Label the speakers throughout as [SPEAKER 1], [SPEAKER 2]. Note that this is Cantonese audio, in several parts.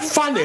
[SPEAKER 1] 翻嚟。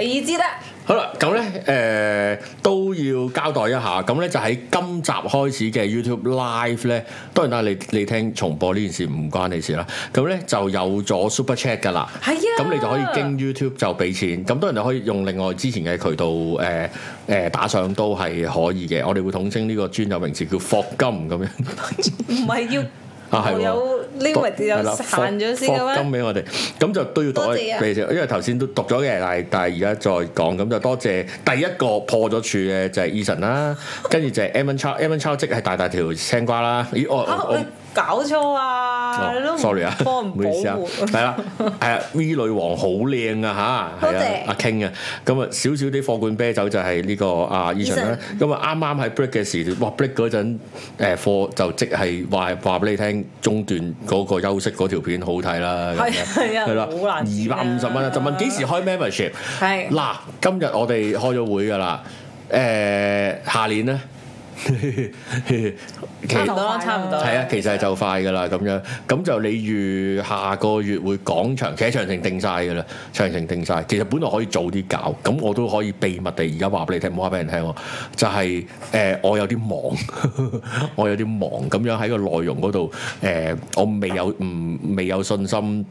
[SPEAKER 2] 你知啦，
[SPEAKER 1] 好啦，咁咧誒都要交代一下，咁咧就喺今集開始嘅 YouTube Live 咧，當然啦，你你聽重播呢件事唔關你事啦。咁咧就有咗 Super Chat 噶啦，
[SPEAKER 2] 係啊
[SPEAKER 1] 咁你就可以經 YouTube 就俾錢，咁當然你可以用另外之前嘅渠道誒誒、呃呃打賞都係可以嘅。我哋會統稱呢個專有名詞叫霍金咁樣。
[SPEAKER 2] 唔係要
[SPEAKER 1] 啊係喎
[SPEAKER 2] 有呢個咪有
[SPEAKER 1] 係啦
[SPEAKER 2] 限咗先
[SPEAKER 1] 霍
[SPEAKER 2] 嘅
[SPEAKER 1] 金
[SPEAKER 2] 咩？
[SPEAKER 1] 俾我哋，咁就都要讀
[SPEAKER 2] 多
[SPEAKER 1] 一
[SPEAKER 2] 謝啊
[SPEAKER 1] 俾先，因為頭先都讀咗嘅，但係但係而家再講，咁就多謝第一個破咗處嘅就係 Eason 啦，跟住就係 Evan Chow，Evan Chow 即係大大條青瓜啦，咦我
[SPEAKER 2] 嚇
[SPEAKER 1] 我
[SPEAKER 2] 你搞錯啊！你都
[SPEAKER 1] 哦
[SPEAKER 2] 唔
[SPEAKER 1] sorry 啊，
[SPEAKER 2] 幫 唔
[SPEAKER 1] 唔
[SPEAKER 2] 保
[SPEAKER 1] 好意思 啊，
[SPEAKER 2] 護，
[SPEAKER 1] 係啦，係啊，V 女王好靚啊吓，係
[SPEAKER 2] 多
[SPEAKER 1] 啊
[SPEAKER 2] 謝，
[SPEAKER 1] 阿 King 啊，咁啊少少啲貨罐啤酒就係呢個阿 Eason 啦，咁啊啱啱喺 break 嘅時段，哇 break 嗰陣誒貨就即係話話俾你聽中段嗰個休息嗰條片好睇啦，咁
[SPEAKER 2] 係
[SPEAKER 1] 樣
[SPEAKER 2] 係啊
[SPEAKER 1] 係啦，
[SPEAKER 2] 好難剪
[SPEAKER 1] 二
[SPEAKER 2] 啊
[SPEAKER 1] 百五十蚊啊，就問幾時開 membership？
[SPEAKER 2] 係啊
[SPEAKER 1] 嗱，今日我哋開咗會㗎啦，誒下年 咧，其
[SPEAKER 2] 差唔多啦，差唔多啦。
[SPEAKER 1] 係啊，其實係就快㗎啦，咁樣咁就你預下個月會講場，其實長程定晒㗎啦，長程定晒。其實本來可以早啲搞，咁我都可以秘密地而家話俾你聽，唔好話俾人聽喎。就係、誒、我有啲忙， 我有啲忙，咁樣喺個內容嗰度誒，我未有唔未有信心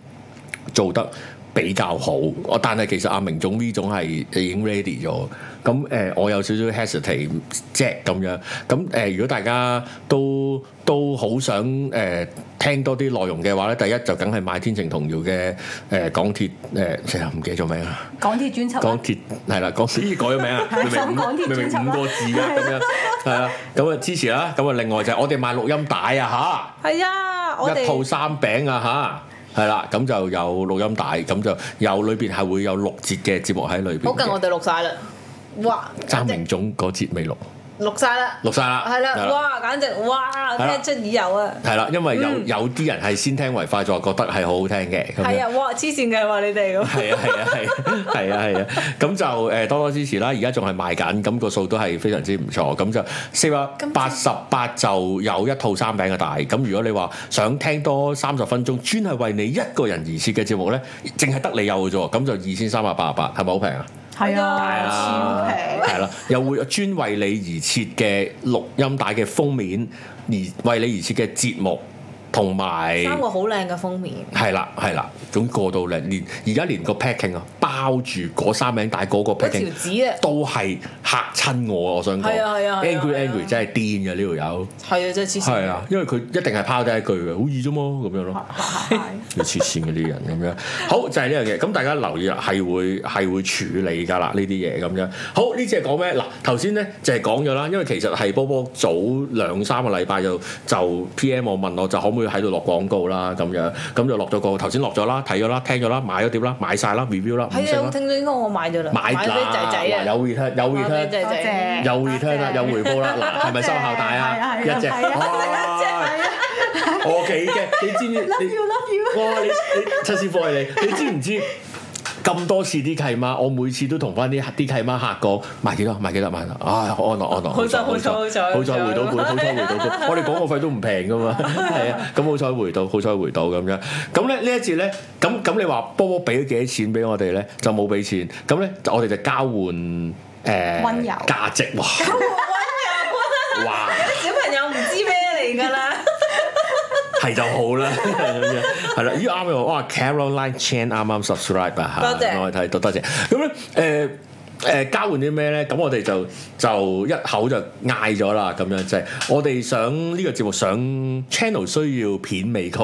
[SPEAKER 1] 做得。比較好，我但係其實阿明總 V 總係已經 ready 咗，咁誒、我有少少 hesitate 啫咁樣，咁誒、如果大家都都好想誒、聽多啲內容嘅話咧，第一就梗係買天晴童謠嘅誒港鐵誒，其實唔記得咗名啦。
[SPEAKER 3] 港鐵專輯啊
[SPEAKER 1] 港鐵係啦， 港鐵咦改咗名啊，
[SPEAKER 3] 係
[SPEAKER 1] 明
[SPEAKER 3] 港
[SPEAKER 1] 明
[SPEAKER 3] 鐵
[SPEAKER 1] 五明明
[SPEAKER 3] 專輯啊
[SPEAKER 1] 五個字啊咁樣，係啊，咁啊支持啦，咁啊另外就係我哋賣錄音帶啊
[SPEAKER 2] 係啊，我
[SPEAKER 1] 嚇，一套
[SPEAKER 2] 哋
[SPEAKER 1] 三餅啊嚇，係啦，咁就有錄音帶，咁就有裏邊係會有六節嘅節目喺裏邊
[SPEAKER 2] 好近我
[SPEAKER 1] 嘅。
[SPEAKER 2] 哋錄晒啦，哇！
[SPEAKER 1] 爭
[SPEAKER 2] 簡
[SPEAKER 1] 明
[SPEAKER 2] 直
[SPEAKER 1] 總嗰節未錄，
[SPEAKER 2] 錄晒啦，
[SPEAKER 1] 錄晒啦，
[SPEAKER 2] 係啦，哇！簡直哇，
[SPEAKER 1] 係啦
[SPEAKER 2] 聽出耳油啊！
[SPEAKER 1] 係啦，因為有有啲人係先聽為快，就覺得係好好聽嘅，咁樣
[SPEAKER 2] 係啊，哇！黐線嘅話你哋咁。
[SPEAKER 1] 係啊係啊係啊係啊係啊，咁就誒多多支持啦！而家仲係賣緊，咁個數都係非常之唔錯。咁就四百八十八就有一套三餅嘅帶。咁如果你話想聽多三十分鐘，專係為你一個人而設嘅節目咧，淨係得你有嘅啫喎。咁就二千三百八十八，係咪好平啊？
[SPEAKER 3] 係
[SPEAKER 2] 係
[SPEAKER 3] 啊，超
[SPEAKER 1] 啊
[SPEAKER 3] 平。
[SPEAKER 1] 係啦，又會專為你而設嘅錄音帶嘅封面，而為你而設嘅節目同埋。
[SPEAKER 2] 三個好靚嘅封面，
[SPEAKER 1] 係啦，係啦，總過到咧，連而家連個 packing 啊，包住嗰三名帶嗰個
[SPEAKER 2] 嗰條
[SPEAKER 1] packing
[SPEAKER 2] 紙啊，
[SPEAKER 1] 都係嚇親我啊！我想講
[SPEAKER 2] 係啊係啊係啊
[SPEAKER 1] ，angry
[SPEAKER 2] 係啊
[SPEAKER 1] angry 真係癲嘅呢條友，
[SPEAKER 2] 係啊，真係黐線。
[SPEAKER 1] 係啊，因為佢一定係拋低一句嘅，好易啫嘛，咁樣咯。要黐線嘅呢啲人咁樣，好就係呢樣嘢。咁大家留意啦，係會係會處理㗎啦呢啲嘢咁樣。好呢次係講咩？嗱頭先咧就係講咗啦，因為其實係波波早兩三個禮拜就就 P.M 我問我就可唔可以喺度落廣告啦咁樣，咁就落咗個頭先落咗啦，睇咗啦，聽咗啦，買咗碟啦，買晒啦，review 啦，五
[SPEAKER 2] 係
[SPEAKER 1] 星
[SPEAKER 2] 啊，我
[SPEAKER 1] 啦，
[SPEAKER 2] 聽咗應該我買咗啦，
[SPEAKER 1] 買
[SPEAKER 2] 買俾仔仔
[SPEAKER 1] 啦，嗱
[SPEAKER 2] 啊，
[SPEAKER 1] 有 return 有
[SPEAKER 2] 買
[SPEAKER 1] return
[SPEAKER 2] 俾。仔啊仔。
[SPEAKER 1] 有 return 啦，有回報啦，嗱，係咪收效帶啊？一
[SPEAKER 3] 係啊
[SPEAKER 1] 隻，
[SPEAKER 3] 係啊
[SPEAKER 1] 哇我幾驚，你知唔知？
[SPEAKER 3] Love
[SPEAKER 1] 你
[SPEAKER 3] you, love you
[SPEAKER 1] 哇！你你七師傅係你，你知唔知？咁多次啲契媽，我每次都同翻啲啲契媽客講賣幾多，賣幾多，賣幾多，啊安樂安樂，
[SPEAKER 2] 好彩好彩
[SPEAKER 1] 好
[SPEAKER 2] 好
[SPEAKER 1] 彩
[SPEAKER 2] 彩
[SPEAKER 1] 回到本，好彩回到本，我哋廣告費都唔平噶 嘛，係啊，咁好彩回到，好彩回到咁樣。咁咧呢一節咧，咁咁你話波波俾咗幾多錢俾我哋咧？就冇俾錢，咁咧就我哋就交換誒
[SPEAKER 3] 溫柔
[SPEAKER 1] 價值，哇！哇！
[SPEAKER 2] 小朋友唔知咩嚟㗎 啦，
[SPEAKER 1] 係就好 啦，咁樣係啦。咦啱嘅喎，哇！Caroline Chan 啱啱 subscribe 啊，
[SPEAKER 2] 多謝
[SPEAKER 1] 我哋睇到多謝。咁咧誒誒交換啲咩咧？咁我哋就就一口就嗌咗啦，咁樣即係我哋想呢個節目想 channel 需要片尾曲。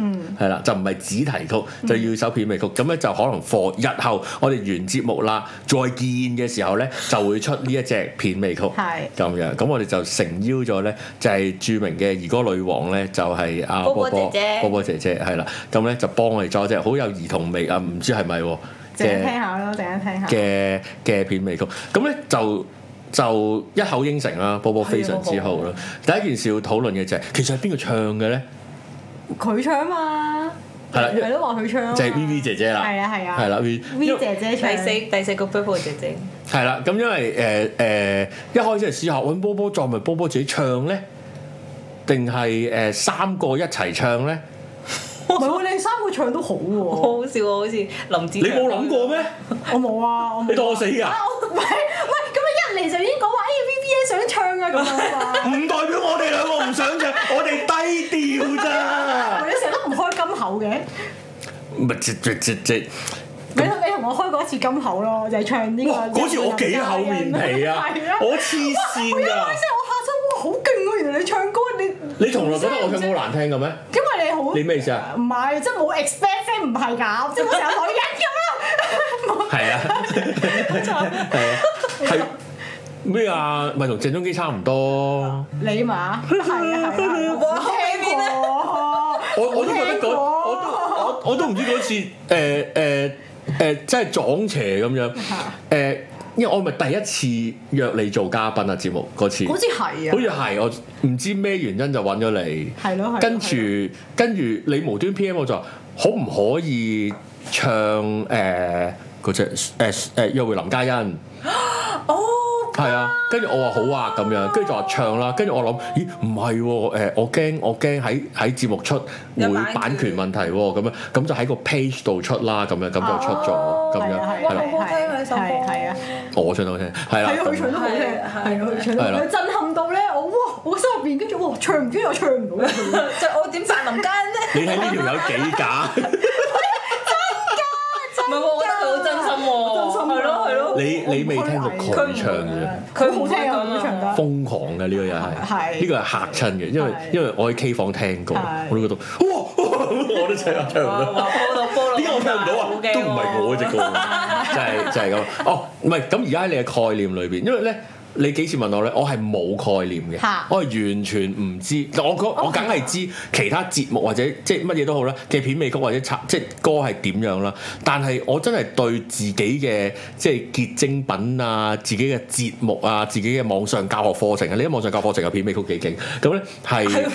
[SPEAKER 1] 嗯，係啦，就唔係只題曲，就要首片尾曲，咁咧、就可能 for 日後我哋完節目啦，再見嘅時候咧，就會出呢一隻片尾曲。
[SPEAKER 3] 係
[SPEAKER 1] 咁樣，咁我哋就誠邀咗咧，就係、著名嘅兒歌女王咧，就係、阿
[SPEAKER 2] 波
[SPEAKER 1] 波
[SPEAKER 2] 波姐
[SPEAKER 1] 波
[SPEAKER 2] 姐
[SPEAKER 1] 波波姐姐係啦，咁咧就幫我哋做一隻好有兒童味啊，唔知係咪喎
[SPEAKER 3] 陣間聽
[SPEAKER 1] 嘅
[SPEAKER 3] 下咯，陣間聽下。
[SPEAKER 1] 嘅嘅片尾曲，咁咧就。就一口應承啦，波波非常之好啦。第一件事要討論嘅就係、其實係邊個唱嘅咧？
[SPEAKER 3] 佢唱嘛，
[SPEAKER 1] 係啦因為
[SPEAKER 3] 係咯話佢唱啊嘛。
[SPEAKER 1] 就係 V V 姐姐啦，
[SPEAKER 3] 係啊係啊。
[SPEAKER 1] 係啦 V
[SPEAKER 3] V 姐姐唱
[SPEAKER 2] 第。四第四個 b u 姐姐，
[SPEAKER 1] 係啦，咁因為誒誒一開始係試下揾波波再咪波波自己唱咧，定係誒三個一齊唱咧？
[SPEAKER 3] 唔係喎，你三個唱都好
[SPEAKER 2] 好
[SPEAKER 3] 喎，
[SPEAKER 2] 好笑喎，啊好似林志
[SPEAKER 1] 你冇諗過咩？
[SPEAKER 3] 我冇啊，我
[SPEAKER 1] 你當
[SPEAKER 3] 冇
[SPEAKER 1] 我
[SPEAKER 3] 啊。
[SPEAKER 1] 死㗎？
[SPEAKER 3] 啊我唔係唔係，咁你一嚟就已經講話，哎呀 V B A 想唱啊咁樣啊嘛，
[SPEAKER 1] 唔代表我哋兩個唔想嘅，我哋低調咋。
[SPEAKER 3] 你成日都唔開金口嘅，
[SPEAKER 1] 咪即即即即，
[SPEAKER 3] 你你同我開過一次金口咯，就係唱呢個。
[SPEAKER 1] 哇！嗰次我幾厚面皮啊
[SPEAKER 3] 係啊，，
[SPEAKER 1] 我黐線啊
[SPEAKER 3] 我一開聲，
[SPEAKER 1] 㗎。
[SPEAKER 3] 我嚇親，哇，好勁喎！原來你唱歌，你
[SPEAKER 1] 你從來覺得我唱歌好難聽嘅咩？
[SPEAKER 3] 因為你好，
[SPEAKER 1] 你咩意思啊？
[SPEAKER 3] 唔係，即係冇 expect 啫，唔係㗎，即係我成日女人咁啦。
[SPEAKER 1] 係啊，係啊，係咩啊？咪同鄭中基差唔多。
[SPEAKER 3] 你嘛，係啊係啊係啊，
[SPEAKER 2] 哇
[SPEAKER 1] 我我
[SPEAKER 3] 我聽過，
[SPEAKER 1] 都覺得嗰
[SPEAKER 3] 我聽過
[SPEAKER 1] 我都我我都唔知嗰次誒誒誒，真係撞邪咁樣誒、
[SPEAKER 3] 啊
[SPEAKER 1] 因為我咪第一次約你做嘉賓啊節目嗰次，
[SPEAKER 3] 好似係
[SPEAKER 1] 好
[SPEAKER 3] 啊，
[SPEAKER 1] 似係我唔知咩原因就揾咗你，
[SPEAKER 3] 係咯係咯。
[SPEAKER 1] 跟
[SPEAKER 3] 係咯
[SPEAKER 1] 住跟住你無端 P.M 我就話可唔可以唱誒嗰只誒誒約會林嘉欣？
[SPEAKER 2] 哦，
[SPEAKER 1] 係啊，跟住我話好啊咁樣，跟住就話唱啦。跟住我諗，咦唔係喎，誒我驚我驚喺喺節目出會
[SPEAKER 2] 有版權
[SPEAKER 1] 版權問題喎，咁樣咁就喺個 page 度出啦，咁樣咁就出咗
[SPEAKER 2] 哦
[SPEAKER 1] 咁
[SPEAKER 3] 係
[SPEAKER 1] 樣
[SPEAKER 3] 啊係
[SPEAKER 1] 係
[SPEAKER 2] 哇
[SPEAKER 1] 啦，
[SPEAKER 2] 好好聽啊呢首歌
[SPEAKER 3] 係係啊，
[SPEAKER 1] 我唱到聽係啦
[SPEAKER 3] 係啊，佢唱
[SPEAKER 1] 咁，
[SPEAKER 3] 得好
[SPEAKER 2] 係
[SPEAKER 3] 聽，
[SPEAKER 2] 啊係
[SPEAKER 3] 係
[SPEAKER 2] 啊
[SPEAKER 3] 啊，佢唱得
[SPEAKER 1] 係啦
[SPEAKER 3] 好聽，震撼到咧，我哇，我心入邊跟住哇，唱唔知又唱唔到咧。
[SPEAKER 2] 即係我點讚林間咧？
[SPEAKER 1] 你睇呢條有幾 假？
[SPEAKER 2] 唔係喎，我覺得佢好真心喎，
[SPEAKER 3] 真心啊
[SPEAKER 2] 係咯係咯，
[SPEAKER 1] 你你未聽過佢唱嘅。
[SPEAKER 2] 佢
[SPEAKER 3] 好
[SPEAKER 2] 唔
[SPEAKER 3] 聽
[SPEAKER 2] 聽
[SPEAKER 3] 啊，
[SPEAKER 2] 咁
[SPEAKER 3] 佢唱
[SPEAKER 2] 唱得。
[SPEAKER 3] 得。
[SPEAKER 1] 瘋狂嘅呢個又係，
[SPEAKER 3] 係
[SPEAKER 1] 呢個係嚇親嘅，因為
[SPEAKER 3] 係
[SPEAKER 1] 因為我喺 K 房聽過
[SPEAKER 3] 係，
[SPEAKER 1] 我都覺得哇，我都唱唱唔
[SPEAKER 2] 哇
[SPEAKER 1] 啊到。
[SPEAKER 2] 哇煲到煲到，
[SPEAKER 1] 點解我聽唔到啊？
[SPEAKER 2] 好驚
[SPEAKER 1] 都唔係我
[SPEAKER 2] 喎
[SPEAKER 1] 只 歌，就係就係咁。哦，唔係咁而家喺你嘅概念裏邊，因為咧。你幾時問我咧？我係冇概念嘅
[SPEAKER 3] 嚇，
[SPEAKER 1] 我係完全唔知。我覺
[SPEAKER 2] 哦
[SPEAKER 1] 我梗係知其他節目或者即係乜嘢都好啦嘅片尾曲或者插即係歌係點樣啦。但係我真係對自己嘅即係結晶品啊、自己嘅節目啊、自己嘅網上教學課程啊，你啲網上教學課程嘅片尾曲幾勁咁咧係
[SPEAKER 2] 係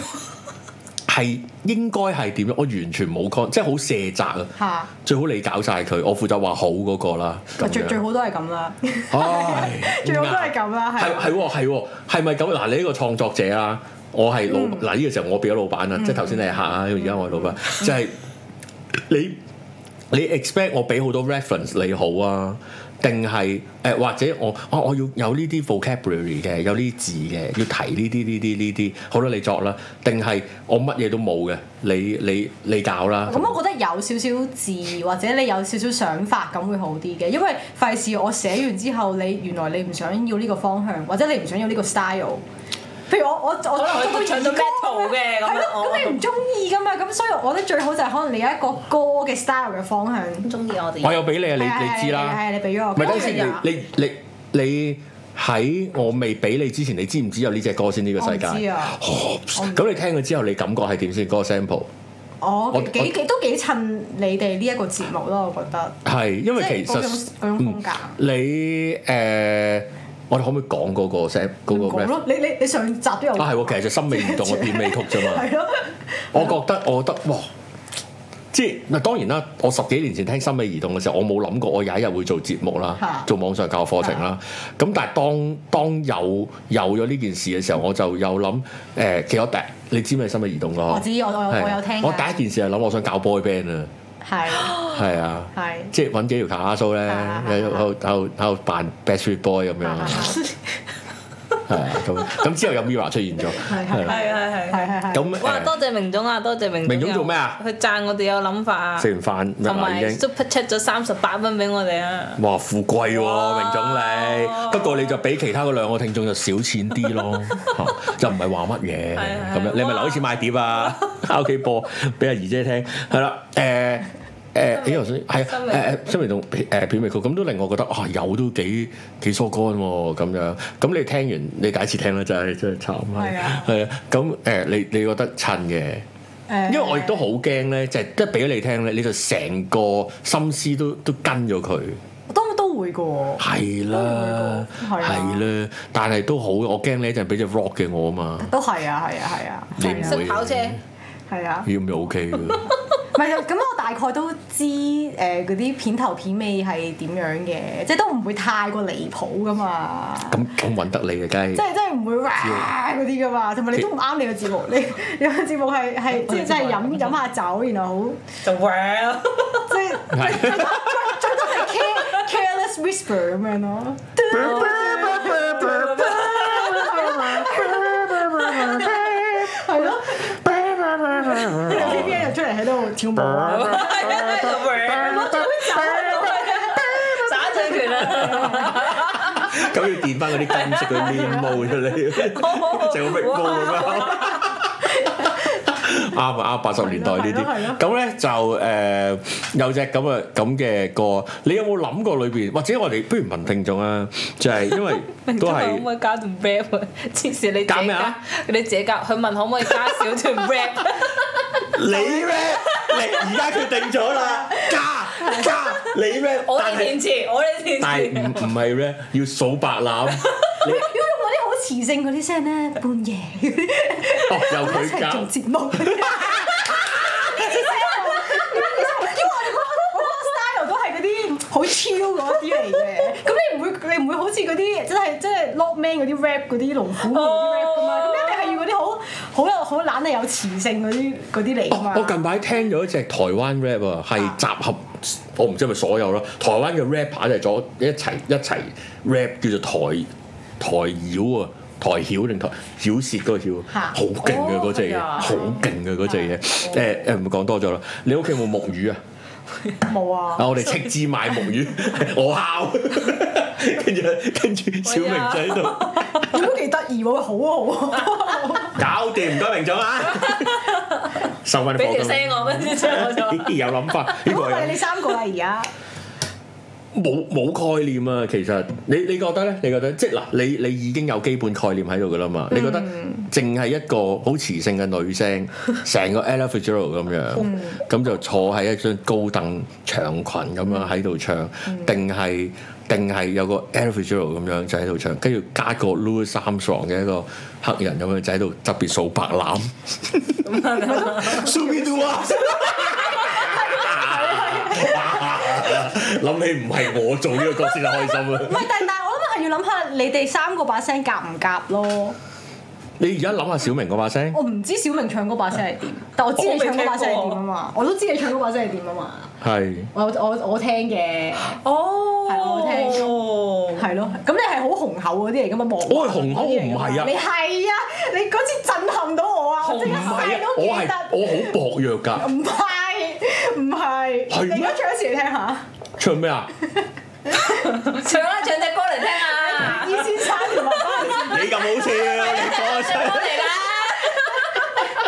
[SPEAKER 1] 係應該係點樣？我完全冇 con，即係好卸責啊！
[SPEAKER 3] 嚇！
[SPEAKER 1] 最好你搞晒佢，我負責話好嗰個啦。咁
[SPEAKER 3] 最最
[SPEAKER 1] 樣，
[SPEAKER 3] 好都係咁啦，
[SPEAKER 1] 唉
[SPEAKER 3] 最好都係咁啦，
[SPEAKER 1] 係
[SPEAKER 3] 係
[SPEAKER 1] 係喎係喎，係咪咁？嗱，你呢個創作者啦，我係老
[SPEAKER 3] 嗯
[SPEAKER 1] 嗱呢個時候我變咗老闆啦，即係頭先你係客啊，因為而家我係老闆，就係你你 expect 我俾好多 reference 你好啊，定係誒或者我啊我要有呢啲 vocabulary 嘅，有呢啲字嘅，要提呢啲呢啲呢啲，好啦你作啦，定係我乜嘢都冇嘅，你你你搞啦。
[SPEAKER 3] 咁我覺得有少少字或者你有少少想法咁會好啲嘅，因為費事我寫完之後，你原來你唔想要呢個方向，或者你唔想要呢個 style。譬如我我我
[SPEAKER 2] 可能佢
[SPEAKER 3] 我
[SPEAKER 2] 唱到 metal 嘅咁樣
[SPEAKER 3] 係咯，咁你唔中意噶嘛，咁所以我覺得最好就係可能你有一個歌嘅 style 嘅方向。
[SPEAKER 2] 咁中意我哋
[SPEAKER 1] 我。有俾你啊，你
[SPEAKER 3] 係啊
[SPEAKER 1] 你知啦。
[SPEAKER 3] 係啊係啊你俾咗我。
[SPEAKER 1] 唔係等陣
[SPEAKER 3] 咁
[SPEAKER 1] 先
[SPEAKER 3] 我，
[SPEAKER 1] 你你你你喺我未俾你之前，你知唔知有呢只歌先？呢個世界哦
[SPEAKER 3] 我唔知啊
[SPEAKER 1] 咁你聽咗之後，你感覺係點先？嗰個 sample 我
[SPEAKER 3] 我幾幾都幾襯你哋呢一個節目咯，我覺得。
[SPEAKER 1] 係因為
[SPEAKER 3] 即係
[SPEAKER 1] 其
[SPEAKER 3] 嗰種
[SPEAKER 1] 實嗯
[SPEAKER 3] 嗰種風格。
[SPEAKER 1] 你誒，我哋可唔可以講嗰個 sam 嗰個
[SPEAKER 3] 唔講
[SPEAKER 1] rap
[SPEAKER 3] 咯，你你你上集都有
[SPEAKER 1] 啊？係喎，其實就心尾移 動嘅片尾曲啫嘛。
[SPEAKER 3] 係咯，
[SPEAKER 1] 我覺得我覺得哇！即係嗱，當然啦！我十幾年前聽心理移動嘅時候，我冇諗過我有一日會做節目啦
[SPEAKER 3] 嚇，
[SPEAKER 1] 做網上教學課程啦。咁但係當當有有咗呢件事嘅時候，我就有諗誒、其實我第你知咩心理移動咯？
[SPEAKER 3] 我知我我有
[SPEAKER 1] 係啊
[SPEAKER 3] 我有聽㗎
[SPEAKER 1] 哦我第一件事係諗我想教 boy band 啊，
[SPEAKER 3] 係
[SPEAKER 1] 係啊，
[SPEAKER 3] 係。
[SPEAKER 1] 即係揾幾條卡蘇咧，
[SPEAKER 3] 啊
[SPEAKER 1] 喺度喺度喺度喺度扮 Backstreet Boy 咁樣， 係啊咁咁之後有 Mira 出現咗，
[SPEAKER 3] 係
[SPEAKER 1] 係
[SPEAKER 2] 係係
[SPEAKER 1] 啦
[SPEAKER 3] 係
[SPEAKER 2] 係。
[SPEAKER 3] 係係係。
[SPEAKER 1] 咁
[SPEAKER 2] 哇！
[SPEAKER 1] 誒
[SPEAKER 2] 多謝明總啊，多謝明總。
[SPEAKER 1] 明總做咩啊
[SPEAKER 2] 佢讚我哋有諗法啊，
[SPEAKER 1] 食完飯
[SPEAKER 2] 同
[SPEAKER 1] 啦已
[SPEAKER 2] 埋
[SPEAKER 1] 經。
[SPEAKER 2] super chat 咗三十八蚊俾我哋啊。
[SPEAKER 1] 哇，富貴喎、
[SPEAKER 2] 哇
[SPEAKER 1] 明總你，不過你就比其他嗰兩個聽眾就少錢 啲咯，嚇就唔係話乜嘢
[SPEAKER 2] 係係
[SPEAKER 1] 咁樣。你係咪留
[SPEAKER 2] 哇
[SPEAKER 1] 一次買碟啊，喺屋企播俾阿姨姐聽，係啦，誒。誒，咦頭先係
[SPEAKER 2] 心
[SPEAKER 1] 啊
[SPEAKER 2] 靈
[SPEAKER 1] 誒誒，新明同誒片尾曲咁都令我覺得啊，有都幾幾疏乾喎咁樣。咁你聽完你第一次聽咧，真係真係慘
[SPEAKER 3] 係啊
[SPEAKER 1] 係啊。咁誒，你你覺得襯嘅？
[SPEAKER 3] 誒
[SPEAKER 1] 因為我亦都好驚咧，就係即係俾咗你聽咧，你就成個心思都都跟咗佢。
[SPEAKER 3] 都都會嘅喎。
[SPEAKER 1] 係啦，
[SPEAKER 3] 都會㗎係啊
[SPEAKER 1] 係啦，但係都好，我驚你一陣俾只 rock 嘅我啊嘛，
[SPEAKER 3] 都係啊，係啊，係啊，
[SPEAKER 1] 你
[SPEAKER 3] 係
[SPEAKER 1] 唔
[SPEAKER 3] 啊
[SPEAKER 1] 會
[SPEAKER 2] 識跑車，
[SPEAKER 3] 係啊，
[SPEAKER 1] 要唔要 OK 嘅？
[SPEAKER 3] 唔係咁我大概都知誒嗰啲片頭片尾係點樣嘅，即係都唔會太過離譜噶嘛。
[SPEAKER 1] 咁咁揾得你嘅，啊梗
[SPEAKER 3] 即
[SPEAKER 1] 係
[SPEAKER 3] 係真係唔會哇嗰啲噶嘛，同埋你都唔啱你個節目，你你個節目係係即係真係飲飲下酒，然後好
[SPEAKER 2] 就 well，
[SPEAKER 3] 即係
[SPEAKER 1] 係。
[SPEAKER 3] 最多係 care careless whisper 咁樣咯。 係 咯，然
[SPEAKER 1] 哦
[SPEAKER 3] 後 P P 又出嚟喺度跳舞啊咁樣
[SPEAKER 2] 就 well，耍嘴拳啊！
[SPEAKER 1] 咁要電翻嗰啲金色嘅面毛出嚟，成個 r i 咁樣。啱啊啱，八十年代呢
[SPEAKER 3] 係咯係咯
[SPEAKER 1] 啲，咁咧就誒、ờ, 有隻咁嘅咁嘅歌，你有冇諗過裏邊？或者我哋不如問聽眾啊，就係、因為都
[SPEAKER 2] 可唔
[SPEAKER 1] 係
[SPEAKER 2] 可以加段 rap 啊？黐線你自己
[SPEAKER 1] 加咩啊
[SPEAKER 2] 加，你自己加。佢問可唔可以加少段 rap？啊
[SPEAKER 1] 你咧，你而家決定咗啦，加加你咧，
[SPEAKER 2] 我
[SPEAKER 1] 但
[SPEAKER 2] 哋填
[SPEAKER 1] 係
[SPEAKER 2] 詞，我哋填
[SPEAKER 1] 但係唔
[SPEAKER 2] 詞。
[SPEAKER 1] 唔係咧，要數白欖，你
[SPEAKER 3] 要用嗰
[SPEAKER 2] 뭐
[SPEAKER 3] 啲好磁性嗰啲聲咧，半夜
[SPEAKER 1] 哦由
[SPEAKER 3] 一
[SPEAKER 1] 佢
[SPEAKER 3] 齊做
[SPEAKER 1] 搞。
[SPEAKER 3] 節目。其實我因為我哋嗰個 style 都係嗰啲好 chill 嗰啲嚟嘅，咁你唔會你唔會好似嗰啲真係真係 lock man 嗰啲 rap 嗰啲龍虎門嗰啲 rap 噶嘛，咁你一定係要嗰啲好好有好懶係有磁性嗰啲嗰啲嚟噶
[SPEAKER 2] 啊
[SPEAKER 3] 嘛。
[SPEAKER 1] 哦我近排聽咗一隻台灣 rap 啊，係集合我唔知係咪所有啦，台灣嘅 rapper 就係咗一齊一齊 rap 叫做台台妖啊。台曉定台曉舌嗰個曉，
[SPEAKER 3] 嚇
[SPEAKER 1] 好勁嘅嗰隻嘢，
[SPEAKER 2] 哦係啊
[SPEAKER 1] 好勁嘅嗰隻嘢。誒誒唔講多咗啦。你屋企有冇木魚啊？
[SPEAKER 3] 冇
[SPEAKER 2] 哦
[SPEAKER 3] 啊
[SPEAKER 1] 啊！，我哋斥資買木 魚，我烤。 跟住跟住小明仔喺度
[SPEAKER 3] 咁都幾得意喎，好啊好啊，
[SPEAKER 1] 搞掂，唔該明總 啊！收翻啲
[SPEAKER 2] 俾條
[SPEAKER 1] 貨
[SPEAKER 2] 聲我，跟住之後我就 話。
[SPEAKER 1] 有諗法，呢個
[SPEAKER 3] 咁我
[SPEAKER 1] 有
[SPEAKER 3] 問你三個啊啦而家。
[SPEAKER 1] 冇冇概念啊！其實你你覺得咧？你覺得即係嗱，你你已經有基本概念喺度噶啦嘛？你覺得淨係一個好磁性嘅女聲，成個 Ella Fitzgerald 咁樣，咁、就坐喺一張高凳長裙咁樣喺度唱，定係定係有個 Ella Fitzgerald 咁樣就喺度唱，跟住加個 Louis Armstrong 嘅一個黑人咁樣就喺度側邊數白欖 s u p e 諗起唔係我做呢個角色就開心啦
[SPEAKER 3] 唔。係，但但我諗係要諗下你哋三個把聲夾唔夾咯。
[SPEAKER 1] 你而家諗下小明嗰把聲，
[SPEAKER 3] 我唔知小明唱嗰把聲係點，但我知你唱嗰把聲係點啊嘛，我都知你唱嗰把聲係點啊嘛。
[SPEAKER 1] 係
[SPEAKER 3] 我我我聽嘅，
[SPEAKER 2] 哦，
[SPEAKER 3] 係我係咯。咁你係好紅口嗰啲嚟噶嘛？望
[SPEAKER 1] 我係紅口我唔係啊
[SPEAKER 3] 你係啊！你嗰次震撼到我啊！我即刻
[SPEAKER 1] 唔係
[SPEAKER 3] 細
[SPEAKER 1] 啊？
[SPEAKER 3] 都
[SPEAKER 1] 我
[SPEAKER 3] 記
[SPEAKER 1] 係
[SPEAKER 3] 得。
[SPEAKER 1] 我好薄弱㗎。
[SPEAKER 3] 唔係唔係，
[SPEAKER 1] 係咩
[SPEAKER 3] 你而家唱一次嚟 聽下。
[SPEAKER 1] 唱咩啊？
[SPEAKER 2] 唱啦，唱隻歌嚟聽啊！
[SPEAKER 3] 二先生同埋啊嗰陣時
[SPEAKER 1] 你咁好笑，啊你講一
[SPEAKER 2] 歌嚟啦，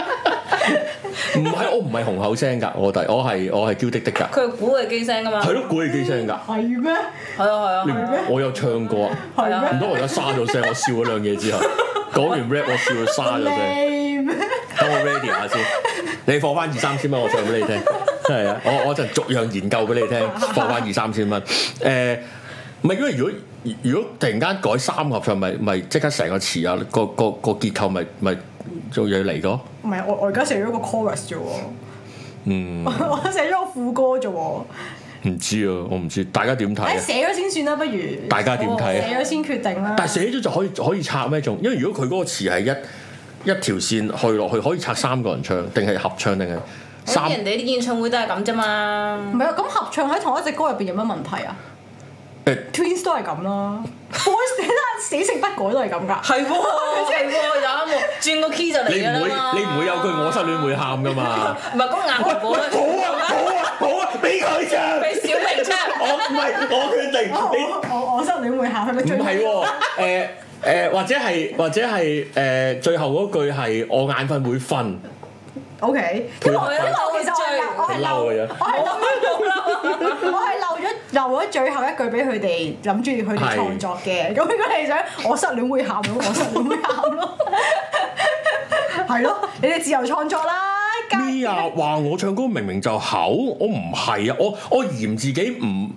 [SPEAKER 1] 唔係我唔係紅口聲㗎，我弟我係我係嬌滴滴㗎，
[SPEAKER 2] 佢係鼓嘅機聲噶嘛？
[SPEAKER 1] 係咯，古巨基聲㗎。
[SPEAKER 3] 係咩？
[SPEAKER 2] 係啊
[SPEAKER 1] 你
[SPEAKER 2] 係啊，
[SPEAKER 1] 我有唱過啊，
[SPEAKER 3] 係
[SPEAKER 1] 唔
[SPEAKER 3] 咩
[SPEAKER 1] 通我而家沙咗聲，我笑咗兩嘢之後，講完 rap 我笑咗沙咗聲。
[SPEAKER 3] ？Lame
[SPEAKER 1] 等我 ready 下先，你放翻二三千蚊，我唱 俾你聽。係啊，我我陣逐樣研究俾你聽，放翻二三千蚊。誒、唔係因為如果如果突然間改三合唱，咪咪即刻成個詞啊，個個個結構咪咪做嘢嚟咯。
[SPEAKER 3] 唔係，我我而家寫咗個 chorus 啫喎。
[SPEAKER 1] 嗯，
[SPEAKER 3] 我寫咗個副歌啫喎，
[SPEAKER 1] 唔知啊，我唔知，大家點睇
[SPEAKER 2] 哎
[SPEAKER 3] 誒
[SPEAKER 1] 啊？
[SPEAKER 3] 寫咗先算啦，不如
[SPEAKER 1] 大家點睇啊？
[SPEAKER 3] 寫咗先決定啦。
[SPEAKER 1] 但係寫咗就可以可以拆咩仲？因為如果佢嗰個詞係一一條線去落去，可以拆三個人唱，定係合唱，定係
[SPEAKER 2] 好
[SPEAKER 1] 三
[SPEAKER 2] 似人哋啲演唱會都係咁啫嘛
[SPEAKER 3] 唔。係啊，咁合唱喺同一隻歌入邊有乜問題啊
[SPEAKER 1] 誒
[SPEAKER 3] ？Twins 都係咁 啦，Boys 你睇死性不改都係咁㗎。
[SPEAKER 2] 係喎，係喎，有啱喎，轉個 key 就嚟
[SPEAKER 1] 你
[SPEAKER 2] 㗎
[SPEAKER 1] 唔
[SPEAKER 2] 啦
[SPEAKER 1] 會
[SPEAKER 2] 嘛。
[SPEAKER 1] 你唔會有句我失戀會喊噶嘛？
[SPEAKER 2] 唔係咁硬唔
[SPEAKER 1] 好啊好啊好啊，俾佢唱。
[SPEAKER 2] 俾小明
[SPEAKER 1] 我
[SPEAKER 2] 唱。
[SPEAKER 1] 唔係我決定，
[SPEAKER 3] 我
[SPEAKER 1] 你
[SPEAKER 3] 我我我失戀會喊係咪最
[SPEAKER 1] 唔係喎？誒誒，或者係或者係誒，最後嗰句係我眼瞓會瞓，
[SPEAKER 3] ？O K，
[SPEAKER 1] 配
[SPEAKER 3] 因為
[SPEAKER 1] 合
[SPEAKER 3] 我因為我其實我係
[SPEAKER 1] 佢嬲
[SPEAKER 3] 漏，我
[SPEAKER 1] 嘅
[SPEAKER 3] 係
[SPEAKER 1] 啫
[SPEAKER 3] 漏，我係漏咗，我係漏咗漏咗最後一句俾佢哋諗住佢哋
[SPEAKER 1] 係
[SPEAKER 3] 創作嘅。咁如果你想我失戀會喊咯，我失戀會 喊咯，係咯，你哋自由創作啦，加
[SPEAKER 1] 咩啊？話我唱歌明明就口，我唔係啊！我我嫌自己唔，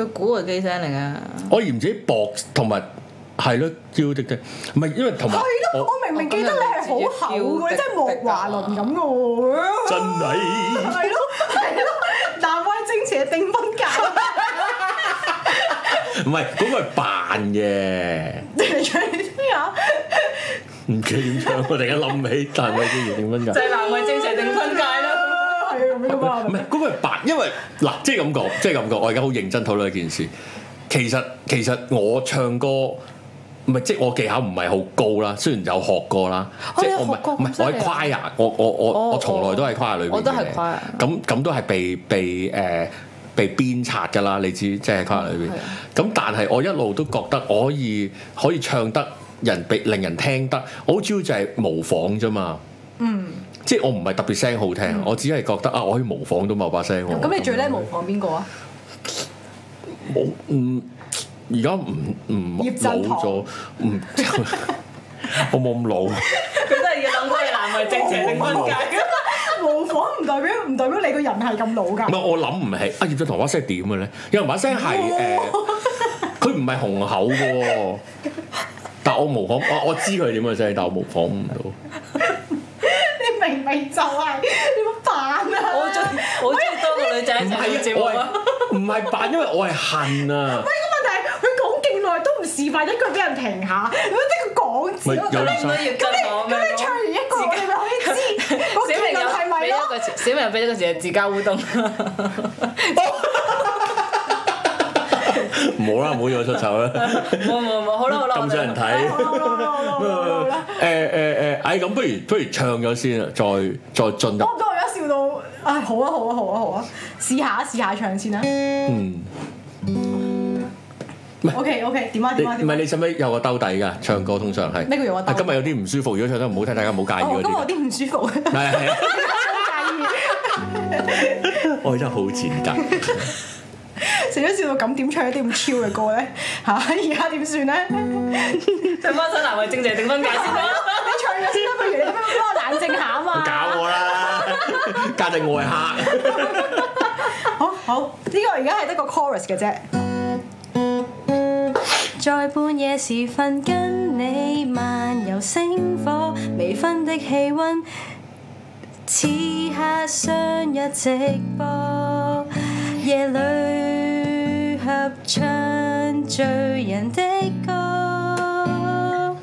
[SPEAKER 2] 佢鼓嘅機聲嚟㗎。
[SPEAKER 1] 我嫌自己薄同埋係咯，嬌滴滴，唔係因為同埋
[SPEAKER 3] 係咯，
[SPEAKER 1] 我
[SPEAKER 3] 我明明記得你係好厚嘅，你真係莫華倫咁嘅喎。
[SPEAKER 1] 真係。
[SPEAKER 3] 係咯，係咯，哋定婚戒，
[SPEAKER 1] 唔係嗰個係扮嘅，
[SPEAKER 3] 你唱咩啊？
[SPEAKER 1] 唔記得點唱，我突然間諗起，但係我之前點分㗎？
[SPEAKER 2] 就係男為正常定婚戒啦。
[SPEAKER 3] 係咁樣
[SPEAKER 2] 啊
[SPEAKER 1] 唔
[SPEAKER 3] 嘛。
[SPEAKER 1] 係嗰個係白，因為嗱，即係咁講，即係咁講，我而家好認真討論一件事。其實其實我唱歌唔係即係我技巧唔係好高啦，雖然有學過啦，
[SPEAKER 2] 哦
[SPEAKER 1] 即係
[SPEAKER 2] 你
[SPEAKER 1] 我唔
[SPEAKER 2] 學過
[SPEAKER 1] 係唔係
[SPEAKER 2] 咁犀利
[SPEAKER 1] 我喺 choir，我我我
[SPEAKER 2] 哦
[SPEAKER 1] 我從來都喺 choir 裏邊嘅
[SPEAKER 2] 我都係 choir
[SPEAKER 1] 咁咁都係被被誒、呃被鞭策㗎啦，你知即係 choir 裏邊
[SPEAKER 2] 係啊。
[SPEAKER 1] 咁但係我一路都覺得我可以可以唱得人俾令人聽得，我好主要就係模仿啫嘛。即係我唔係特別聲好聽，我只係覺得啊，我可以模仿到某把聲喎。
[SPEAKER 3] 咁你最叻模仿邊個啊？
[SPEAKER 1] 冇嗯，而家唔唔
[SPEAKER 3] 葉振
[SPEAKER 1] 老
[SPEAKER 3] 棠
[SPEAKER 1] 咗，唔 我冇咁老。
[SPEAKER 2] 佢都係要諗嗰係男為正
[SPEAKER 3] 어,
[SPEAKER 2] 常定婚戒㗎。
[SPEAKER 3] 模仿唔代表唔代表你個人係咁老
[SPEAKER 1] 唔
[SPEAKER 3] 㗎。
[SPEAKER 1] 係我諗唔起啊，葉振棠把聲係點嘅咧？有人把聲係誒，佢唔係雄厚嘅喎，但我模仿我我知佢點嘅聲，但我模仿唔到。
[SPEAKER 3] 你明明就係你冇扮啊！
[SPEAKER 2] 我中我中意多個女仔一
[SPEAKER 1] 唔
[SPEAKER 2] 齊做節
[SPEAKER 1] 係
[SPEAKER 2] 目
[SPEAKER 1] 啊
[SPEAKER 2] 啊！
[SPEAKER 1] 我係唔係扮，因為我係恨啊。
[SPEAKER 3] 個問題係佢講勁耐都唔示範一句俾人停下，咁即係佢講字
[SPEAKER 1] 咪
[SPEAKER 3] 咯。
[SPEAKER 1] 有
[SPEAKER 3] 咁
[SPEAKER 2] 你
[SPEAKER 1] 人
[SPEAKER 2] 唔
[SPEAKER 1] 想
[SPEAKER 2] 可以
[SPEAKER 3] 你咁你唱完一個，你咪可以知個
[SPEAKER 2] 小明
[SPEAKER 3] 結
[SPEAKER 2] 有
[SPEAKER 3] 論係咪
[SPEAKER 2] 俾
[SPEAKER 3] 咯
[SPEAKER 2] 一？個字，小明有俾一個字係自家烏冬。
[SPEAKER 1] 冇啦，唔好要我出醜啦。
[SPEAKER 2] 冇冇冇，好啦好啦，
[SPEAKER 1] 咁少人睇。
[SPEAKER 3] 好啦好啦好啦好啦
[SPEAKER 1] 誒誒誒，哎咁不如不如唱咗先啊啦，再再進入
[SPEAKER 3] 我唔得，我而家笑到，唉，好啊，好啊，好啊，好啊，試下試下唱先啦。
[SPEAKER 1] 嗯，
[SPEAKER 3] OK OK，點啊
[SPEAKER 1] 你
[SPEAKER 3] 點啊
[SPEAKER 1] 唔
[SPEAKER 3] 點啊
[SPEAKER 1] 係你使唔使有個兜底㗎？唱歌通常係
[SPEAKER 3] 咩叫有個兜
[SPEAKER 1] 啊今日有啲唔舒服，如果唱得唔好聽，大家唔好介
[SPEAKER 3] 哦，
[SPEAKER 1] 意嗰
[SPEAKER 3] 今日有
[SPEAKER 1] 啲。
[SPEAKER 3] 啲唔舒服，
[SPEAKER 1] 係啊係啊，
[SPEAKER 3] 介
[SPEAKER 1] 我真係好賤格。
[SPEAKER 3] 意，成咗笑到咁，點唱一啲咁 chill 嘅歌咧？嚇，而家點算咧？
[SPEAKER 2] 唱翻首男為正常定婚戒先 啦。
[SPEAKER 3] 你唱咗先啦，不如你幫我冷靜下啊嘛。
[SPEAKER 1] 搞我啦，家陣外客。
[SPEAKER 3] 好好，呢個而家係得個 chorus 嘅啫。哎
[SPEAKER 4] 在半夜時分跟你漫遊星火，微醺的氣温，此刻相約直播，夜裏合唱醉人的歌。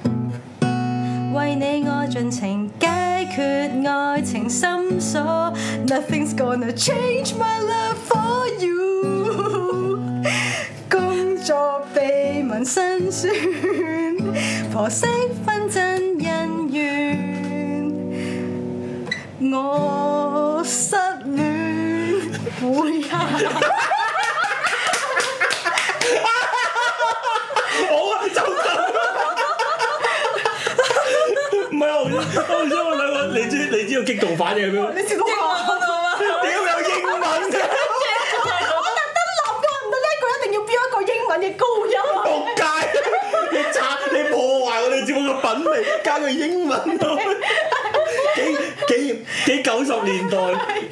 [SPEAKER 4] 為你我盡情解決愛情心鎖，Nothing's gonna change my love for you。工作秘聞辛酸，婆媳紛爭恩怨，我失戀會啊！
[SPEAKER 1] 好啊，就咁。唔係我，我想我兩個，你知你知道激動反應係 咩？
[SPEAKER 3] 你笑到我，
[SPEAKER 1] 屌有英文嘅，
[SPEAKER 3] 我特登諗過唔得呢一句一定要標一個英文嘅高音。
[SPEAKER 1] 仆街！你拆你破壞我哋節目嘅品味，加個英文度，幾幾幾九十年代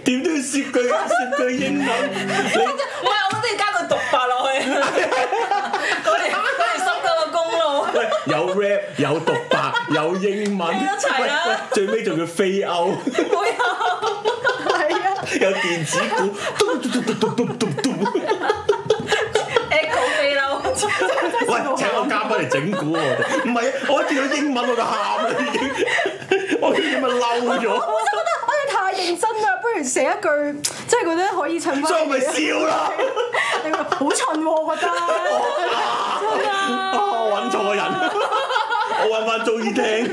[SPEAKER 1] 點都要攝句啊攝句英文，你
[SPEAKER 2] 唔係，我哋加個獨白落去，我哋我哋濕咗個公路。
[SPEAKER 1] 喂有 rap 有獨白有英文，
[SPEAKER 2] 一齊啦
[SPEAKER 1] 喂喂最尾仲要飛歐，
[SPEAKER 2] 冇有，
[SPEAKER 3] 係啊，
[SPEAKER 1] 有電子鼓，嘟嘟嘟嘟嘟嘟嘟嘟
[SPEAKER 2] 哎，echo 飛嬲。
[SPEAKER 1] 喂，請我嘉賓嚟整蠱我哋，唔係啊，我一見到英文我就喊啦已經，我已經 咪嬲咗，
[SPEAKER 3] 我真覺得我哋哎太認真啦，不如寫一句，即係覺得可以襯翻。
[SPEAKER 1] 所以我咪笑啦。
[SPEAKER 3] 你話好襯喎，我覺得。
[SPEAKER 1] 啊！我揾錯人， 我揾翻中意聽。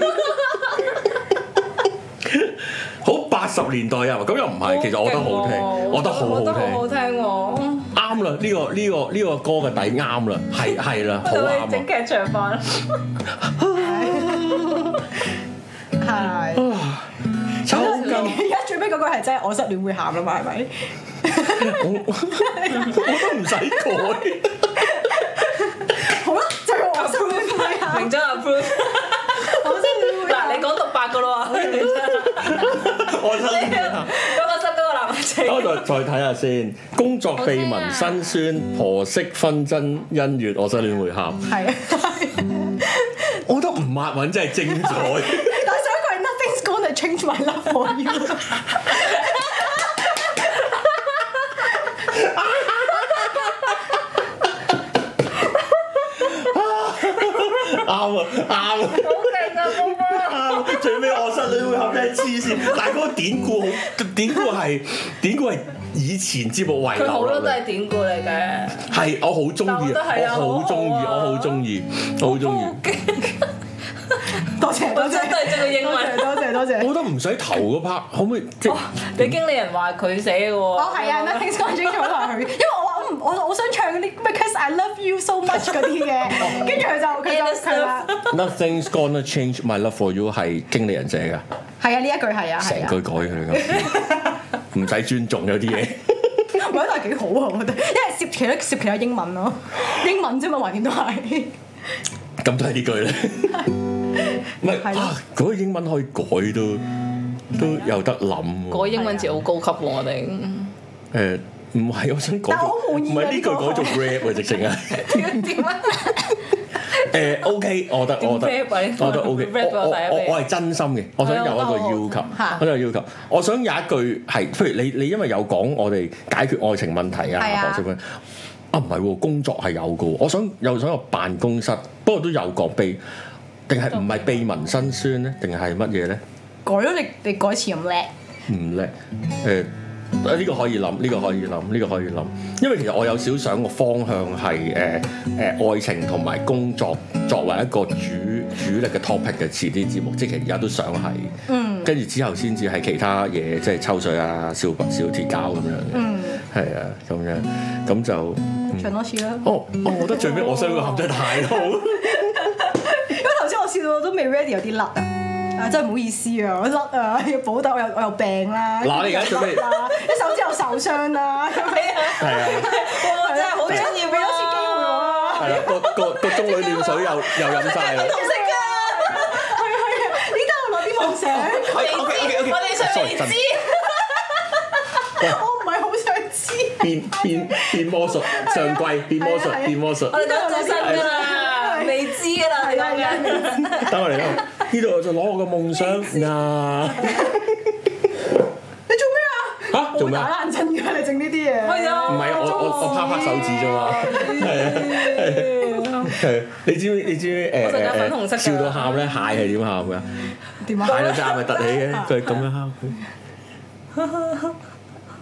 [SPEAKER 1] 好八十年代啊，咁又唔係，其實我覺得好聽，我覺得好好
[SPEAKER 2] 我覺得好好
[SPEAKER 1] 聽，
[SPEAKER 2] 聽喎。
[SPEAKER 1] 啱啦，呢個呢個呢個歌嘅底啱啦，係係 啦，好
[SPEAKER 2] 我
[SPEAKER 1] 啱
[SPEAKER 2] 哋
[SPEAKER 1] 啊
[SPEAKER 2] 整劇場版，
[SPEAKER 3] 係。
[SPEAKER 1] 抽筋，
[SPEAKER 3] 而家最尾嗰句係真係我失戀會喊啦嘛，係咪？
[SPEAKER 1] 我我 都唔使改，
[SPEAKER 3] 好啦，就係我失戀會喊，
[SPEAKER 2] 明章 approve。
[SPEAKER 3] 我失戀會
[SPEAKER 2] 嗱，
[SPEAKER 3] 喊
[SPEAKER 2] 你。講獨白噶咯喎，
[SPEAKER 1] 我真係
[SPEAKER 2] 嗰個濕嗰個男仔。
[SPEAKER 1] 我再再睇下先，工作秘聞辛酸，婆媳紛爭恩怨，我失戀會喊，
[SPEAKER 3] 係啊，
[SPEAKER 1] 我覺得吳押韻真係精彩。
[SPEAKER 3] 但係上一句係 nothing's gonna change my love for you。
[SPEAKER 1] 啱啊，啱啊。
[SPEAKER 2] 勁啊，波波！
[SPEAKER 1] 最尾我失戀會合真係黐線，但係嗰個典故好，典故係典故係以前節目遺
[SPEAKER 2] 佢
[SPEAKER 1] 留
[SPEAKER 2] 好多
[SPEAKER 1] 落
[SPEAKER 2] 都
[SPEAKER 1] 嚟
[SPEAKER 2] 係典故嚟嘅，
[SPEAKER 1] 係我好中
[SPEAKER 2] 但我
[SPEAKER 1] 意，
[SPEAKER 2] 覺得係啊
[SPEAKER 1] 我好中意，
[SPEAKER 2] 好好啊
[SPEAKER 1] 我好中意，我好中意。
[SPEAKER 3] 多謝多
[SPEAKER 2] 本身
[SPEAKER 3] 謝
[SPEAKER 2] 都係識個英
[SPEAKER 3] 多謝
[SPEAKER 2] 文。
[SPEAKER 3] 多謝多
[SPEAKER 1] 我
[SPEAKER 3] 謝。
[SPEAKER 1] 覺得唔使頭嗰 part，可唔可以即係
[SPEAKER 2] 哦你經理人話佢寫嘅喎。
[SPEAKER 3] 我係啊，Nothing's Gonna Change My Love For You，因為我話嗯我我想唱嗰啲 Because I Love You So Much 嗰啲嘅， 跟住佢就佢就佢啦，
[SPEAKER 1] Nothing's gonna change my love for you 係經理人寫㗎，
[SPEAKER 3] 係啊呢一句係啊
[SPEAKER 1] 成
[SPEAKER 3] 係啊，
[SPEAKER 1] 句改佢 咁，唔使尊重有啲嘢。
[SPEAKER 3] 我覺得係幾好啊，我覺得，因為涉其他涉其他英 文咯，英文啫嘛，橫掂都係。
[SPEAKER 1] 咁都係呢句咧。唔
[SPEAKER 3] 係
[SPEAKER 1] 係
[SPEAKER 3] 咯
[SPEAKER 1] 啊，嗰個英文可以改都都有得諗
[SPEAKER 2] 嗰
[SPEAKER 1] 喎。
[SPEAKER 2] 英文字好高級喎，我哋。
[SPEAKER 1] 誒，唔係，我想改
[SPEAKER 3] 但
[SPEAKER 1] 做，
[SPEAKER 3] 我好滿意
[SPEAKER 1] 唔
[SPEAKER 3] 啊
[SPEAKER 1] 係呢句
[SPEAKER 3] 呢個
[SPEAKER 1] 改做 rap 啊，直情係。
[SPEAKER 2] 點啊？
[SPEAKER 1] 誒 OK，我覺得，我覺
[SPEAKER 2] 點 rap 啊你
[SPEAKER 1] 得，我覺得 OK。
[SPEAKER 2] rap
[SPEAKER 1] 我
[SPEAKER 2] 啊大家
[SPEAKER 1] 我
[SPEAKER 2] 你
[SPEAKER 1] 我我係真心嘅，我想有一個要求
[SPEAKER 3] 係啊，
[SPEAKER 1] 我有要求。我想有一句係，譬如你你因為有講我哋解決愛情問題啊，
[SPEAKER 3] 係啊
[SPEAKER 1] 黃少芬。啊，唔係喎，工作係有嘅喎。我想又想有辦公室，不過都有講秘，定係唔係秘聞辛酸咧？定係乜嘢咧？
[SPEAKER 3] 改咗你你改詞咁叻，
[SPEAKER 1] 唔叻，誒、啊呢、個可以諗，呢、個可以諗，呢、個可以諗，因為其實我有少想個方向係誒誒愛情同埋工作作為一個主主力嘅 topic 嘅遲啲節目，即係其實而家都想係，嗯，跟住之後先至係其他嘢，即係抽水啊、笑笑鐵膠咁樣，嗯，係啊，咁樣，咁就，嗯
[SPEAKER 3] 唱多次啦。
[SPEAKER 1] 哦，我覺得最尾我相個合得太 好，
[SPEAKER 3] 因為頭先我笑到我都未 ready 有啲甩啊，啊真係唔好意思啊，我甩啊，要補得我又我又病啦，
[SPEAKER 1] 嗱你而家準備
[SPEAKER 3] 又甩啦，一手指又受傷啦，咁樣
[SPEAKER 1] 係啊，
[SPEAKER 2] 我真係好中意
[SPEAKER 3] 俾多次機會我
[SPEAKER 2] 啊！
[SPEAKER 3] 啦，
[SPEAKER 1] 係啦，個個個中女暖水又又飲晒啦。
[SPEAKER 3] 唔識啊，係啊係啊，你得我攞啲夢 想，
[SPEAKER 1] 啊
[SPEAKER 2] 我哋知，我哋上面知，
[SPEAKER 3] 我唔係好想知，
[SPEAKER 1] 變變變魔術，上季變魔術，變魔術
[SPEAKER 2] 我。哋都最新㗎啦，未知㗎啦，
[SPEAKER 3] 啊
[SPEAKER 2] 你講緊。
[SPEAKER 1] 等我嚟啦，呢度我就攞我個夢想嗱
[SPEAKER 3] 你做咩啊？
[SPEAKER 1] 嚇做咩啊？
[SPEAKER 3] 打冷震㗎，你整呢啲嘢，
[SPEAKER 2] 係啊
[SPEAKER 1] 唔係我我我拍拍手指啫嘛，係啊，係 你知唔知你知唔知
[SPEAKER 2] 我陣間粉
[SPEAKER 1] 誒
[SPEAKER 2] 紅
[SPEAKER 1] 誒
[SPEAKER 2] 色㗎
[SPEAKER 1] 笑到喊咧，蟹係點喊㗎？
[SPEAKER 3] 點啊？
[SPEAKER 1] 蟹到炸咪凸起嘅，佢係咁樣喊。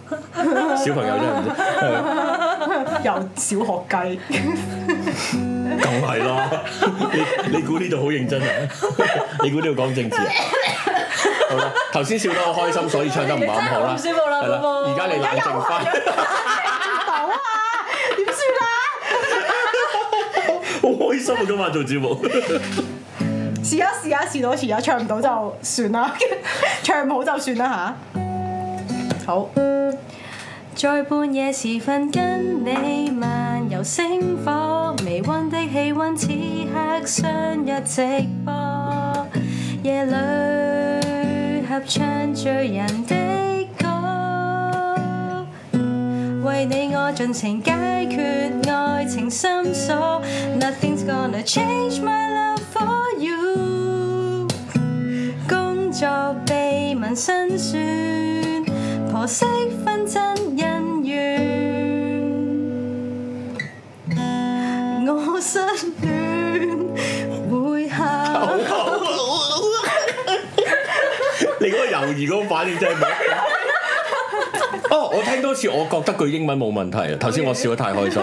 [SPEAKER 1] 小朋友真係唔知，
[SPEAKER 3] 又小學雞，
[SPEAKER 1] 咁係啦。你你估呢度好認真啊？ 你估呢度講政治啊？好啦，頭先笑得我開心，所以唱得唔係咁好啦。
[SPEAKER 2] 你真係好唔舒服啦
[SPEAKER 1] 係啦
[SPEAKER 2] 寶寶
[SPEAKER 1] 而家你冷靜翻。
[SPEAKER 3] 到啊，點算啊？
[SPEAKER 1] 好開心啊！今晚做節目，
[SPEAKER 3] 試下試下試到試下，唱唔到就算啦， 唱唔好就算啦吓，好，
[SPEAKER 4] 在半夜時分跟你漫遊星火，微溫的氣溫此刻相約直播，夜裏合唱醉人的歌。為你我盡情解決愛情深鎖，Nothing's gonna change my love for you。工作秘聞辛酸，婆媳紛爭恩怨。我失戀會喊。
[SPEAKER 1] 你嗰個猶豫嗰個反應真係冇。哦，我聽多次，我覺得句英文冇問題啊！頭先我笑得太開心，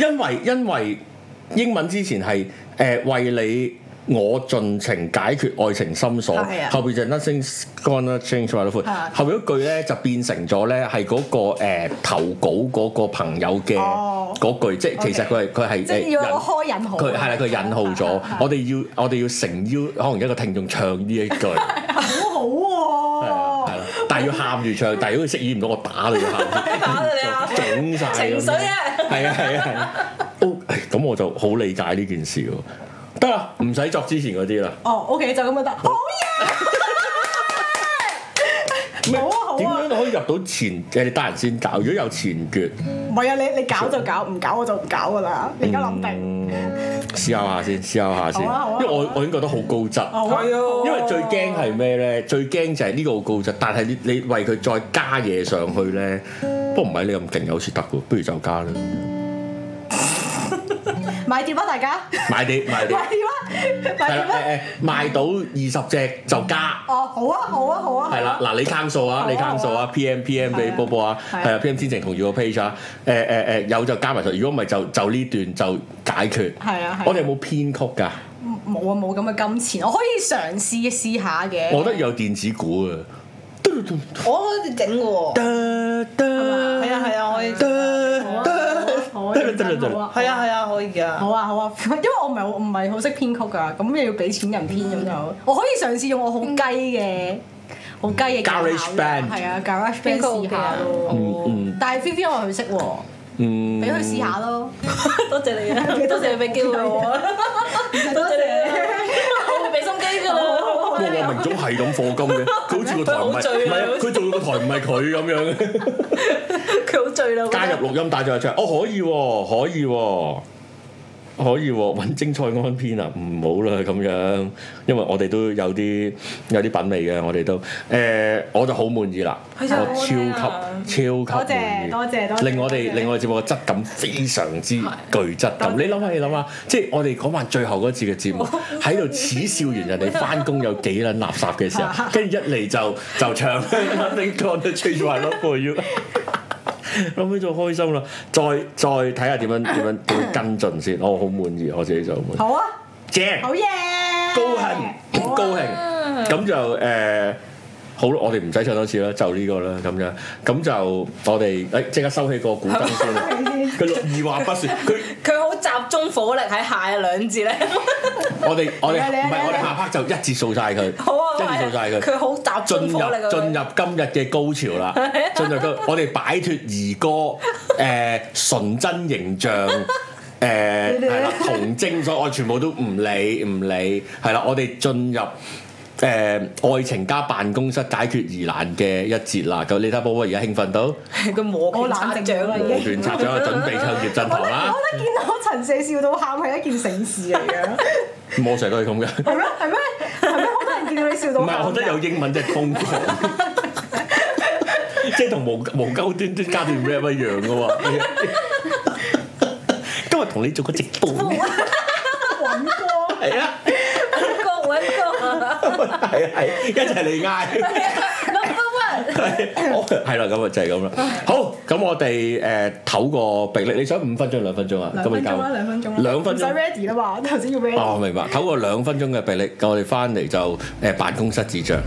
[SPEAKER 1] 因為因為英文之前係誒、呃、為你我盡情解決愛情心鎖，
[SPEAKER 3] 係啊
[SPEAKER 1] 後邊就 nothing's gonna change my love。
[SPEAKER 3] 啊
[SPEAKER 1] 後邊嗰句咧就變成咗咧係嗰個誒、呃、投稿嗰個朋友嘅
[SPEAKER 3] 哦
[SPEAKER 1] 嗰句，即係其實佢係佢係
[SPEAKER 3] 即係
[SPEAKER 1] 誒
[SPEAKER 3] 要
[SPEAKER 1] 人
[SPEAKER 3] 我開引號，啊
[SPEAKER 1] 佢係啦，佢引號咗，我哋要我哋要誠邀可能一個聽眾唱呢一句，係
[SPEAKER 3] 好好
[SPEAKER 1] 啊，係
[SPEAKER 3] 喎
[SPEAKER 1] 啦，但係要喊住唱，但係如果佢飾演唔到，我打你要喊，
[SPEAKER 2] 打你 啊
[SPEAKER 1] 腫晒咁樣
[SPEAKER 2] 情緒啊
[SPEAKER 1] 係啊係啊係啊，哦唉咁我就好理解呢件事喎，得啦，唔使作之前嗰啲啦，
[SPEAKER 3] 哦，OK 就咁就得，好
[SPEAKER 1] 咩
[SPEAKER 3] 好啊好啊
[SPEAKER 1] 點樣可以入到前誒你單人先搞？如果有前決，
[SPEAKER 3] 嘢，唔係啊，你你搞就搞，唔搞我就唔搞噶啦，你而家諗
[SPEAKER 1] 嗯
[SPEAKER 3] 定，
[SPEAKER 1] 思考下先，思考下先
[SPEAKER 3] 好啊好啊，
[SPEAKER 1] 因為我我已經覺得好高質。
[SPEAKER 3] 哦好啊
[SPEAKER 2] 啊
[SPEAKER 1] 因為最驚係咩咧？最驚就係呢個好高質，但係你你為佢再加嘢上去咧，不過唔係你咁勁，好似得喎，不如就加啦。
[SPEAKER 3] 買碟啊大家，
[SPEAKER 1] 買碟買
[SPEAKER 3] 買碟
[SPEAKER 1] 碟，係
[SPEAKER 3] 啊買碟
[SPEAKER 1] 啦誒
[SPEAKER 3] 啊！
[SPEAKER 1] 誒，賣到二十隻就加。
[SPEAKER 3] 哦好啊好啊好啊，
[SPEAKER 1] 係啦，嗱你 c 數啊，你 c 數
[SPEAKER 3] 好
[SPEAKER 1] 啊，PM PM 俾波波啊，
[SPEAKER 3] 係啊
[SPEAKER 1] 係啊，PM 天晴同住個 page 啊，誒誒誒有就加埋實，如果唔係就就呢段就解決。
[SPEAKER 3] 係啊係啊
[SPEAKER 1] 我哋有冇編曲㗎？
[SPEAKER 3] 冇啊冇咁嘅金錢，我可以嘗試試下嘅。
[SPEAKER 1] 我覺得有電子鼓啊。
[SPEAKER 2] 我可以整嘅喎。係啊係啊，可以。
[SPEAKER 3] 好啊認真好啊，
[SPEAKER 2] 係啊係啊，可以㗎。
[SPEAKER 3] 好啊好啊，因為我唔係好唔係好識編曲㗎，咁你要俾錢人編咁就，我可以嘗試用我好雞嘅。好雞嘅技巧
[SPEAKER 1] GarageBand
[SPEAKER 3] 係啊，garage
[SPEAKER 4] 編
[SPEAKER 3] band
[SPEAKER 4] 曲好
[SPEAKER 3] 試下咯
[SPEAKER 1] 嗯嗯，
[SPEAKER 3] 但係 Vivi 話佢識喎，
[SPEAKER 1] 嗯，
[SPEAKER 3] 俾佢試下咯。
[SPEAKER 4] 多謝你啊，多謝你俾機會我啊，多謝你啊，我會俾心機㗎啦。
[SPEAKER 1] 哇！明總係咁課金嘅，佢好似個 台唔係，
[SPEAKER 4] 佢好醉
[SPEAKER 1] 唔
[SPEAKER 4] 啊
[SPEAKER 1] 係佢做到個台唔係佢咁樣，
[SPEAKER 4] 佢好醉啦，我覺得
[SPEAKER 1] 加入錄音帶就出嚟，哦可以喎，可以喎。可以喎，揾精菜安篇啊，唔好啦咁樣，因為我哋都有啲有啲品味嘅，我哋都誒、我就好滿意啦，我
[SPEAKER 4] 係就
[SPEAKER 1] 超級超
[SPEAKER 3] 啊多
[SPEAKER 1] 級滿
[SPEAKER 3] 謝
[SPEAKER 1] 意，
[SPEAKER 3] 多謝多謝
[SPEAKER 1] 令我哋
[SPEAKER 3] 多謝
[SPEAKER 1] 令我哋節目嘅質感非常之具質感。你諗下，你諗下，即係我哋嗰晚最後嗰次嘅節目，喺度恥笑完人哋翻工有幾撚垃圾嘅時 候，跟住一嚟就就唱 Nothing Gonna Change My Love For You。諗起就開心啦，再再睇下點樣點樣點樣跟進先，我好滿意，我自己就好滿意。
[SPEAKER 3] 好啊，
[SPEAKER 1] 正，
[SPEAKER 3] 好嘢！啊
[SPEAKER 1] 高興，高興，咁就誒、好啦，我哋唔使唱多次啦，就呢個啦，咁樣，咁就我哋誒即刻收起個古箏先 啦。佢二話不說，佢
[SPEAKER 4] 佢好集中火力喺下兩節咧，
[SPEAKER 1] 我哋我哋
[SPEAKER 3] 嚟啊嚟啊
[SPEAKER 1] 唔係
[SPEAKER 3] 嚟啊
[SPEAKER 1] 我哋下 part 就一節掃晒佢，一
[SPEAKER 4] 好啊，
[SPEAKER 1] 節掃晒佢。
[SPEAKER 4] 佢好集
[SPEAKER 1] 進入
[SPEAKER 4] 中火力啊，
[SPEAKER 1] 進入今日嘅高潮啦！ 進入今我哋擺脱兒歌誒、純真形象誒係啦童貞，所以我全部都唔理唔理係啦，我哋進入。誒、愛情加辦公室解決疑難嘅一節啦，咁你睇波波而家興奮到
[SPEAKER 4] 佢，佢
[SPEAKER 3] 我
[SPEAKER 4] 磨拳
[SPEAKER 3] 冷
[SPEAKER 4] 擦
[SPEAKER 3] 靜
[SPEAKER 4] 掌
[SPEAKER 3] 咗啦
[SPEAKER 4] 啊
[SPEAKER 3] 已
[SPEAKER 4] 已
[SPEAKER 3] 經
[SPEAKER 4] 經。
[SPEAKER 1] 斷插 咗，準備唱葉振
[SPEAKER 3] 我覺
[SPEAKER 1] 棠
[SPEAKER 3] 得
[SPEAKER 1] 啦！
[SPEAKER 3] 我覺得見到陳四笑到喊係一件盛事嚟 嘅，
[SPEAKER 1] 我成日都係咁嘅，
[SPEAKER 3] 係咩？係咩？係咩？好多人見到你笑到
[SPEAKER 1] 唔
[SPEAKER 3] 喊
[SPEAKER 1] 係
[SPEAKER 3] 㗎
[SPEAKER 1] 我覺得有英文真係瘋狂，即係同無無鳩端端加段 rap 一樣嘅喎。今日同你做個直播，
[SPEAKER 3] 揾歌。
[SPEAKER 1] 係啊，
[SPEAKER 4] 各位各
[SPEAKER 1] 係啊，係啊一齊嚟嗌。
[SPEAKER 4] number one，
[SPEAKER 1] 我係啦，咁啊就係咁啦。好，咁我哋誒唞個比例，你想五分鐘兩分鐘啊？
[SPEAKER 3] 兩
[SPEAKER 1] 咁
[SPEAKER 3] 分
[SPEAKER 1] 你
[SPEAKER 3] 鐘
[SPEAKER 1] 教我
[SPEAKER 3] 啦，兩分鐘啦，
[SPEAKER 1] 兩分
[SPEAKER 3] 唔使
[SPEAKER 1] 鐘。哦
[SPEAKER 3] ready 啦嘛，頭先要 ready。
[SPEAKER 1] 哦，明白，唞個兩分鐘嘅比例，咁我哋翻嚟就誒辦公室智障。